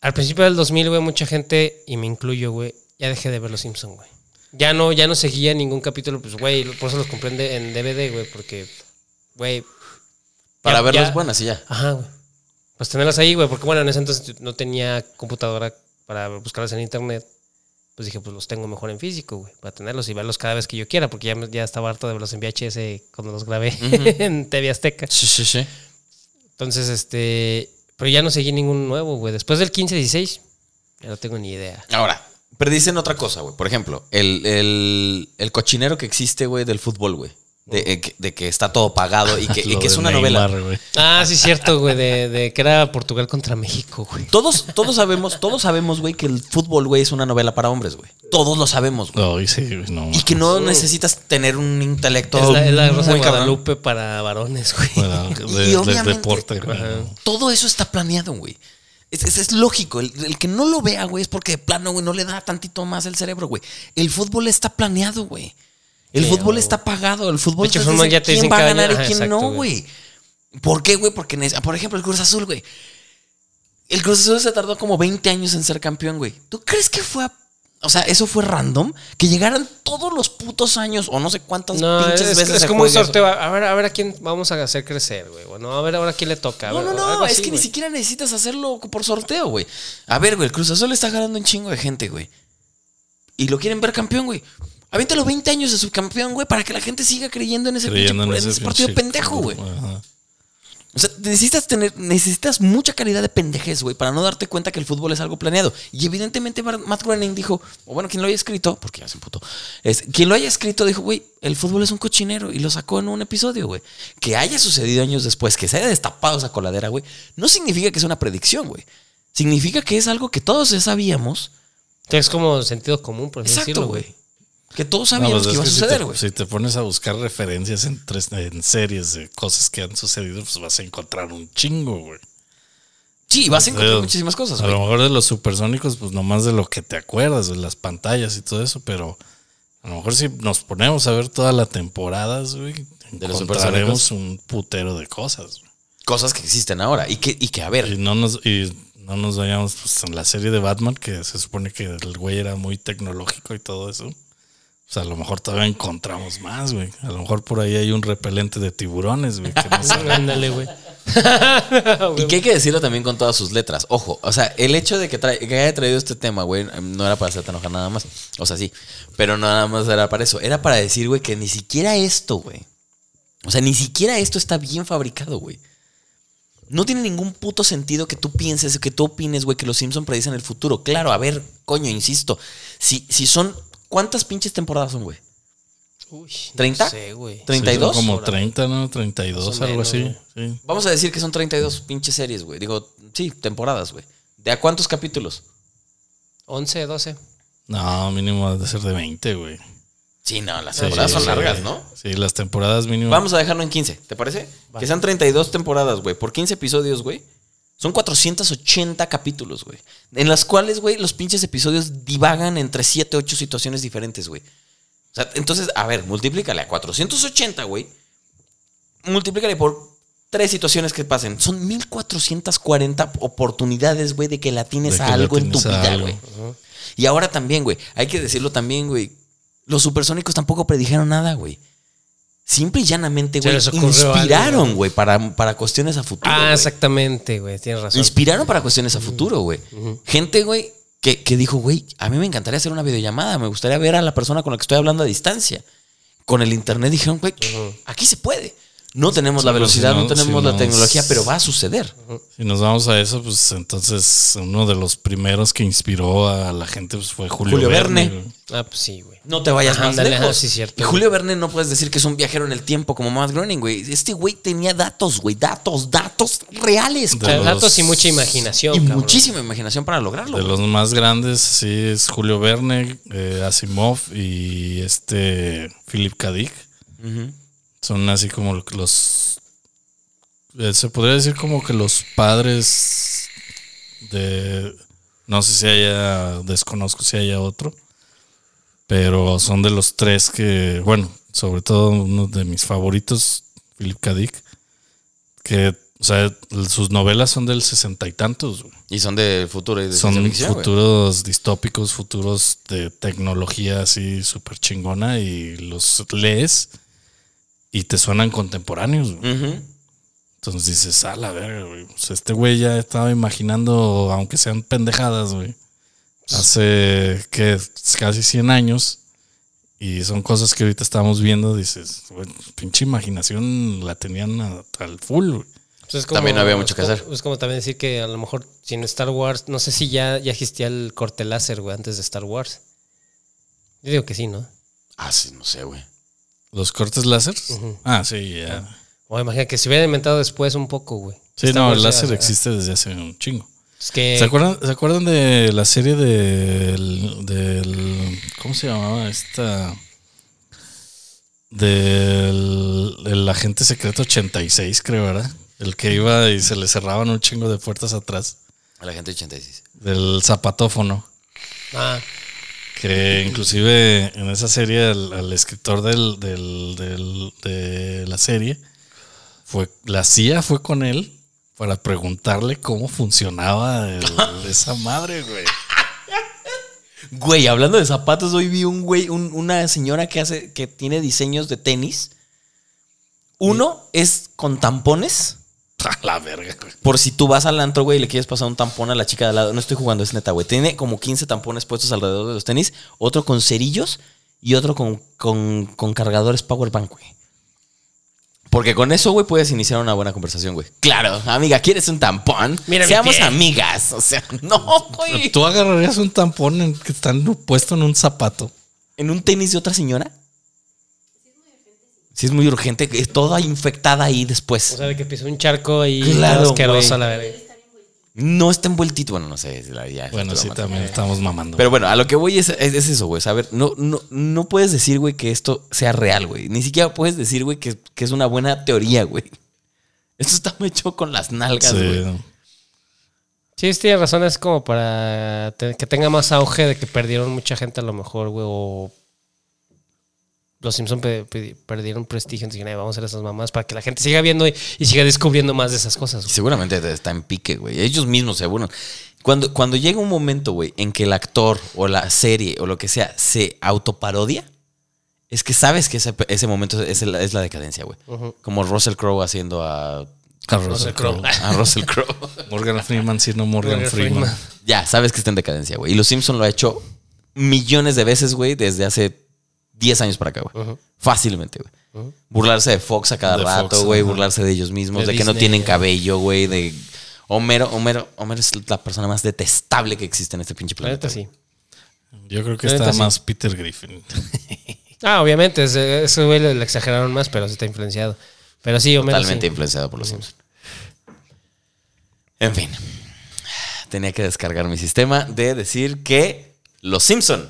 [SPEAKER 3] Al principio del 2000, güey, mucha gente, y me incluyo, güey, ya dejé de ver Los Simpsons, güey. Ya no, ya no seguía ningún capítulo, pues, güey, por eso los compré en D- en DVD, güey, porque, güey,
[SPEAKER 1] Para
[SPEAKER 3] Ya-
[SPEAKER 1] verlas
[SPEAKER 3] ya-
[SPEAKER 1] buenas y ya.
[SPEAKER 3] Ajá, güey. Pues tenerlas ahí, güey, porque bueno, en ese entonces no tenía computadora para buscarlas en internet. Pues dije, pues los tengo mejor en físico, güey, para tenerlos y verlos cada vez que yo quiera, porque ya, me- ya estaba harto de verlos en VHS cuando los grabé en TV Azteca.
[SPEAKER 1] Sí, sí, sí.
[SPEAKER 3] Entonces, este, pero ya no seguí ningún nuevo, güey. Después del 15-16, ya no tengo ni idea.
[SPEAKER 1] Ahora, predicen otra cosa, güey. Por ejemplo, el, el- el cochinero que existe, güey, del fútbol, güey. De, eh, que- de que está todo pagado y que, y
[SPEAKER 2] Lo
[SPEAKER 1] que es
[SPEAKER 2] de
[SPEAKER 1] una novela.
[SPEAKER 2] Neymar, güey.
[SPEAKER 3] Ah, sí, cierto, güey, de, de que era Portugal contra México, güey.
[SPEAKER 1] Todos, todos sabemos, todos sabemos, güey, que el fútbol, güey, es una novela para hombres, güey. Todos lo sabemos, güey.
[SPEAKER 2] No, y sí, güey, no.
[SPEAKER 1] Y que no necesitas tener un intelecto.
[SPEAKER 3] es la, es la Rosa de
[SPEAKER 1] muy cabrón.
[SPEAKER 3] Guadalupe para varones, güey.
[SPEAKER 2] Bueno,
[SPEAKER 1] Y-
[SPEAKER 2] de,
[SPEAKER 1] y
[SPEAKER 2] de
[SPEAKER 1] obviamente-
[SPEAKER 2] deporte, güey. no.
[SPEAKER 1] Todo eso está planeado, güey. Es, es- es lógico. El, el que no lo vea, güey, es porque de plano, güey, no le da tantito más el cerebro, güey. El fútbol está planeado, güey. El
[SPEAKER 3] Sí,
[SPEAKER 1] fútbol
[SPEAKER 3] güey.
[SPEAKER 1] está pagado. El fútbol
[SPEAKER 3] De hecho,
[SPEAKER 1] te
[SPEAKER 3] Fórmula
[SPEAKER 1] dice
[SPEAKER 3] ya te
[SPEAKER 1] quién
[SPEAKER 3] dicen
[SPEAKER 1] va a
[SPEAKER 3] cada
[SPEAKER 1] ganar
[SPEAKER 3] año.
[SPEAKER 1] y
[SPEAKER 3] Ajá,
[SPEAKER 1] quién
[SPEAKER 3] exacto,
[SPEAKER 1] no,
[SPEAKER 3] güey.
[SPEAKER 1] güey. ¿Por qué, güey? Porque, neces- por ejemplo, el Cruz Azul, güey. El Cruz Azul se tardó como 20 años en ser campeón, güey. ¿Tú crees que fue... a- O sea, ¿eso fue random? Que llegaran todos los putos años o no sé cuántas
[SPEAKER 3] No, es,
[SPEAKER 1] pinches
[SPEAKER 3] es-
[SPEAKER 1] veces
[SPEAKER 3] es
[SPEAKER 1] se
[SPEAKER 3] como un
[SPEAKER 1] juegue eso.
[SPEAKER 3] sorteo. A ver, a ver a quién vamos a hacer crecer, güey. Bueno, a ver ahora quién le toca. a
[SPEAKER 1] No,
[SPEAKER 3] ver,
[SPEAKER 1] no,
[SPEAKER 3] o algo
[SPEAKER 1] no, es
[SPEAKER 3] así,
[SPEAKER 1] que ni
[SPEAKER 3] güey.
[SPEAKER 1] siquiera necesitas hacerlo por sorteo, güey. A ver, güey, el Cruz Azul está ganando un chingo de gente, güey. Y lo quieren ver campeón, güey. Aviéntalo 20 años de subcampeón, güey, para que la gente siga creyendo en ese,
[SPEAKER 2] Creyendo
[SPEAKER 1] pinche-
[SPEAKER 2] en
[SPEAKER 1] en
[SPEAKER 2] ese
[SPEAKER 1] ese partido
[SPEAKER 2] pinche
[SPEAKER 1] pendejo,
[SPEAKER 2] club,
[SPEAKER 1] güey.
[SPEAKER 2] ajá.
[SPEAKER 1] O sea, necesitas tener, necesitas mucha calidad de pendejez, güey, para no darte cuenta que el fútbol es algo planeado. Y evidentemente Mar- Matt Groening dijo, o bueno, quien lo haya escrito, porque ya se emputó, es, quien lo haya escrito dijo, güey, el fútbol es un cochinero y lo sacó en un episodio, güey. Que haya sucedido años después, que se haya destapado esa coladera, güey, no significa que es una predicción, güey. Significa que es algo que todos ya sabíamos.
[SPEAKER 3] Es como sentido común, por así
[SPEAKER 1] Exacto,
[SPEAKER 3] decirlo, güey.
[SPEAKER 1] güey. Que todos
[SPEAKER 2] No,
[SPEAKER 1] sabíamos
[SPEAKER 2] pues
[SPEAKER 1] que
[SPEAKER 2] es
[SPEAKER 1] iba a
[SPEAKER 2] que si
[SPEAKER 1] suceder,
[SPEAKER 2] te-
[SPEAKER 1] güey.
[SPEAKER 2] Si, te pones a buscar referencias en, tres, en series de cosas que han sucedido, pues vas a encontrar un chingo, güey.
[SPEAKER 1] Sí, vas a encontrar
[SPEAKER 2] Pero,
[SPEAKER 1] muchísimas cosas,
[SPEAKER 2] A
[SPEAKER 1] güey.
[SPEAKER 2] lo mejor de los supersónicos, pues nomás de lo que te acuerdas, de las pantallas y todo eso, pero a lo mejor si nos ponemos a ver todas las temporadas, güey,
[SPEAKER 1] los
[SPEAKER 2] encontraremos un putero de cosas. güey.
[SPEAKER 1] Cosas que existen ahora. Y que, y que a ver,
[SPEAKER 2] Y no nos, y no nos vayamos pues, en la serie de Batman, que se supone que el güey era muy tecnológico y todo eso. Pues a lo mejor todavía encontramos más, güey. A lo mejor por ahí hay un repelente de tiburones, güey. que no sé.
[SPEAKER 3] Ándale, güey.
[SPEAKER 1] Y que hay que decirlo también con todas sus letras. Ojo, o sea, el hecho de que, trae- que haya traído este tema, güey, no era para hacerte enojar nada más. O sea, sí, pero nada más era para eso. Era para decir, güey, que ni siquiera esto, güey. O sea, ni siquiera esto está bien fabricado, güey. No tiene ningún puto sentido que tú pienses, que tú opines, güey, que los Simpson predicen el futuro. Claro, a ver, coño, insisto. Si, si son. ¿Cuántas pinches temporadas son, güey?
[SPEAKER 3] Uy,
[SPEAKER 1] ¿Treinta?
[SPEAKER 3] No sé, güey.
[SPEAKER 1] Tre-
[SPEAKER 2] Sí, son
[SPEAKER 1] 32?
[SPEAKER 2] como 30, ¿no? 32,
[SPEAKER 3] Más o
[SPEAKER 2] algo
[SPEAKER 3] menos,
[SPEAKER 2] así.
[SPEAKER 3] güey.
[SPEAKER 2] Sí.
[SPEAKER 1] Vamos a decir que son 32 pinches series, güey. Digo, sí, temporadas, güey. ¿De a cuántos capítulos?
[SPEAKER 3] 11, 12.
[SPEAKER 2] No, mínimo ha de ser de 20, güey.
[SPEAKER 1] Sí, no, las
[SPEAKER 2] Sí,
[SPEAKER 1] temporadas son
[SPEAKER 2] sí,
[SPEAKER 1] largas,
[SPEAKER 2] sí.
[SPEAKER 1] ¿no?
[SPEAKER 2] Sí, las temporadas mínimo.
[SPEAKER 1] Vamos a dejarlo en 15, ¿te parece? Que sean 32 temporadas, güey, por 15 episodios, güey. Son 480 capítulos, güey. En las cuales, güey, los pinches episodios divagan entre 7, 8 situaciones diferentes, güey. O sea, entonces, a ver, multiplícale a 480, güey. Multiplícale por tres situaciones que pasen. Son 1440 oportunidades, güey, de que la tienes
[SPEAKER 2] De
[SPEAKER 1] a
[SPEAKER 2] que le
[SPEAKER 1] algo en tu
[SPEAKER 2] tienes a
[SPEAKER 1] vida,
[SPEAKER 2] algo.
[SPEAKER 1] güey. Y ahora también, güey, hay que decirlo también, güey. Los supersónicos tampoco predijeron nada, güey. Simple y llanamente,
[SPEAKER 3] Se
[SPEAKER 1] güey,
[SPEAKER 3] les ocurrió algo,
[SPEAKER 1] inspiraron, güey, para, para cuestiones a futuro.
[SPEAKER 3] Ah,
[SPEAKER 1] güey.
[SPEAKER 3] exactamente, güey. Tienes razón.
[SPEAKER 1] Inspiraron para cuestiones a futuro, güey. Gente, güey, que, que dijo, güey, a mí me encantaría hacer una videollamada, me gustaría ver a la persona con la que estoy hablando a distancia. Con el internet dijeron, güey, aquí se puede. No tenemos la
[SPEAKER 2] Sí, pero si
[SPEAKER 1] velocidad, no,
[SPEAKER 2] no-
[SPEAKER 1] tenemos
[SPEAKER 2] si
[SPEAKER 1] la
[SPEAKER 2] no-
[SPEAKER 1] tecnología, pero va a suceder.
[SPEAKER 2] Si nos vamos a eso, pues entonces uno de los primeros que inspiró a la gente pues, fue Julio,
[SPEAKER 1] Julio
[SPEAKER 2] Verne.
[SPEAKER 1] Verne.
[SPEAKER 2] güey.
[SPEAKER 3] Ah, pues sí, güey.
[SPEAKER 1] No te vayas más
[SPEAKER 3] Ándale,
[SPEAKER 1] lejos.
[SPEAKER 3] ah, sí, cierto.
[SPEAKER 1] Y Julio Verne no puedes decir que es un viajero en el tiempo como Matt Groening, güey. Este güey tenía datos, güey. Datos, datos reales.
[SPEAKER 2] De
[SPEAKER 1] cabrón.
[SPEAKER 3] Los... Datos y
[SPEAKER 2] los-
[SPEAKER 3] mucha imaginación.
[SPEAKER 1] Y
[SPEAKER 3] cabrón.
[SPEAKER 1] muchísima imaginación para lograrlo.
[SPEAKER 2] De los más grandes, sí, es Julio Verne, eh, Asimov y este Philip K. Dick.
[SPEAKER 1] Ujú.
[SPEAKER 2] Son así como lo- los... eh, se podría decir como que los padres de... No sé si haya, desconozco si haya otro, pero son de los tres que, bueno, sobre todo uno de mis favoritos, Philip K. Dick, que, o sea, sus novelas son del sesenta y tantos, güey.
[SPEAKER 1] Y son del futuro y de
[SPEAKER 2] Son
[SPEAKER 1] ciencia ficción, güey.
[SPEAKER 2] futuros distópicos, futuros de tecnología así súper chingona y los lees y te suenan contemporáneos. güey.
[SPEAKER 1] Ujú.
[SPEAKER 2] Entonces dices, a la verga, güey. O sea, este güey ya estaba imaginando, aunque sean pendejadas, güey. Hace que casi 100 años y son cosas que ahorita estamos viendo. Dices, güey, pinche imaginación la tenían a- al full, güey.
[SPEAKER 3] Pues es
[SPEAKER 1] También no había mucho
[SPEAKER 3] es
[SPEAKER 1] que
[SPEAKER 3] como-
[SPEAKER 1] hacer.
[SPEAKER 3] Es como también decir que a lo mejor sin Star Wars, no sé si ya, ya existía el corte láser, güey, antes de Star Wars. Yo digo que sí, ¿no?
[SPEAKER 1] Ah, sí, no sé, güey.
[SPEAKER 2] Los cortes láser. Ah, sí, ya.
[SPEAKER 3] O imagina que se hubiera inventado después un poco, güey.
[SPEAKER 2] Sí,
[SPEAKER 3] Star
[SPEAKER 2] no,
[SPEAKER 3] Wars
[SPEAKER 2] el
[SPEAKER 3] ya-
[SPEAKER 2] láser
[SPEAKER 3] ah,
[SPEAKER 2] existe desde hace un chingo.
[SPEAKER 3] Es que
[SPEAKER 2] ¿Se acuerdan, ¿Se acuerdan de la serie del, del. ¿Cómo se llamaba esta? Del el agente secreto 86, creo, ¿verdad? El que iba y se le cerraban un chingo de puertas atrás.
[SPEAKER 1] A la gente 86.
[SPEAKER 2] Del zapatófono.
[SPEAKER 3] ah,
[SPEAKER 2] Que inclusive en esa serie al, al escritor del, del- del- de la serie fue la CIA fue con él para preguntarle cómo funcionaba el- esa madre, güey.
[SPEAKER 1] Güey, hablando de zapatos, hoy vi un güey, un- una señora que hace, que tiene diseños de tenis. Uno es con tampones.
[SPEAKER 2] A la verga, güey.
[SPEAKER 1] Por si tú vas al antro, güey, y le quieres pasar un tampón a la chica de al lado. No estoy jugando, es neta, güey. Tiene como 15 tampones puestos alrededor de los tenis. Otro con cerillos y otro con, con, con cargadores Powerbank, güey. Porque con eso, güey, puedes iniciar una buena conversación, güey. Claro, amiga, ¿quieres un tampón?
[SPEAKER 3] Mira mi
[SPEAKER 1] Seamos
[SPEAKER 3] pie.
[SPEAKER 1] amigas. O sea, no, güey.
[SPEAKER 2] ¿Tú agarrarías un tampón en- que está en- puesto en un zapato?
[SPEAKER 1] ¿En un tenis de otra señora? Sí, es muy urgente. Es toda infectada ahí
[SPEAKER 3] o
[SPEAKER 1] después.
[SPEAKER 3] sea, de que pisó un charco y
[SPEAKER 1] Claro,
[SPEAKER 3] asqueroso
[SPEAKER 1] güey.
[SPEAKER 3] a la verga.
[SPEAKER 1] No está envueltito. Bueno, no sé. si la- ya,
[SPEAKER 2] Bueno,
[SPEAKER 1] estoy
[SPEAKER 2] sí,
[SPEAKER 1] mamando.
[SPEAKER 3] Eh.
[SPEAKER 2] también estamos mamando.
[SPEAKER 1] Pero bueno, a lo que voy es, es- es eso, güey. Saber, no, no, no puedes decir, güey, que esto sea real, güey. Ni siquiera puedes decir, güey, que, que es una buena teoría, güey. Esto está hecho con las nalgas, güey.
[SPEAKER 2] Sí.
[SPEAKER 3] Sí, sí, tienes razón, es como para te- que tenga más auge de que perdieron mucha gente a lo mejor, güey, o los Simpson pe- pe- perdieron prestigio, entonces dijeron, "Ay, vamos a hacer esas mamás para que la gente siga viendo y, y siga descubriendo más de esas cosas.
[SPEAKER 1] Y
[SPEAKER 3] güey.
[SPEAKER 1] Seguramente está en pique, güey. Ellos mismos se aburren. Cuando, cuando llega un momento, güey, en que el actor o la serie o lo que sea se autoparodia, es que sabes que ese, ese momento es la, es la decadencia, güey. Como Russell Crowe haciendo a,
[SPEAKER 2] Carlos
[SPEAKER 3] Russell Crowe.
[SPEAKER 1] a Russell Crowe.
[SPEAKER 2] Morgan Freeman siendo Morgan,
[SPEAKER 3] Morgan
[SPEAKER 2] Freeman.
[SPEAKER 3] Freeman.
[SPEAKER 1] ya, sabes que está en decadencia, güey. Y Los Simpson lo ha hecho millones de veces, güey, desde hace 10 años para acá, güey. Fácilmente, güey. Burlarse de Fox a cada
[SPEAKER 2] De
[SPEAKER 1] rato,
[SPEAKER 2] Fox,
[SPEAKER 1] güey.
[SPEAKER 2] ajá.
[SPEAKER 1] Burlarse de ellos mismos, de,
[SPEAKER 3] De
[SPEAKER 1] que no
[SPEAKER 3] Disney,
[SPEAKER 1] tienen
[SPEAKER 3] ajá.
[SPEAKER 1] cabello, güey. De Homero, Homero, Homero es la persona más detestable que existe en este pinche
[SPEAKER 3] La
[SPEAKER 1] planeta.
[SPEAKER 3] neta sí.
[SPEAKER 2] Yo creo que
[SPEAKER 3] La neta,
[SPEAKER 2] está
[SPEAKER 3] sí.
[SPEAKER 2] más Peter Griffin.
[SPEAKER 3] Ah, obviamente, ese, ese güey le, le exageraron más, pero sí está influenciado. Pero sí, Homero
[SPEAKER 1] Totalmente
[SPEAKER 3] sí.
[SPEAKER 1] influenciado por los Simpsons. En fin. Tenía que descargar mi sistema de decir que los Simpson,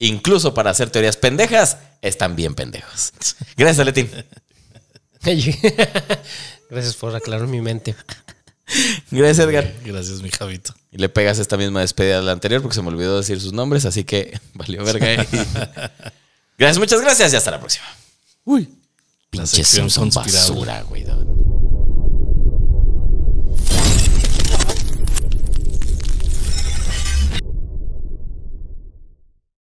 [SPEAKER 1] incluso para hacer teorías pendejas, están bien pendejos. Gracias, Aletín.
[SPEAKER 3] Gracias por aclarar mi mente.
[SPEAKER 1] Gracias, Edgar.
[SPEAKER 2] Gracias, mi Javito.
[SPEAKER 1] Y le pegas esta misma despedida a la anterior porque se me olvidó decir sus nombres, así que valió verga. ¿eh? gracias, muchas gracias y hasta la próxima. Uy.
[SPEAKER 2] La
[SPEAKER 1] Pinches
[SPEAKER 2] sección
[SPEAKER 1] Simpson
[SPEAKER 2] conspirado.
[SPEAKER 1] basura, güey.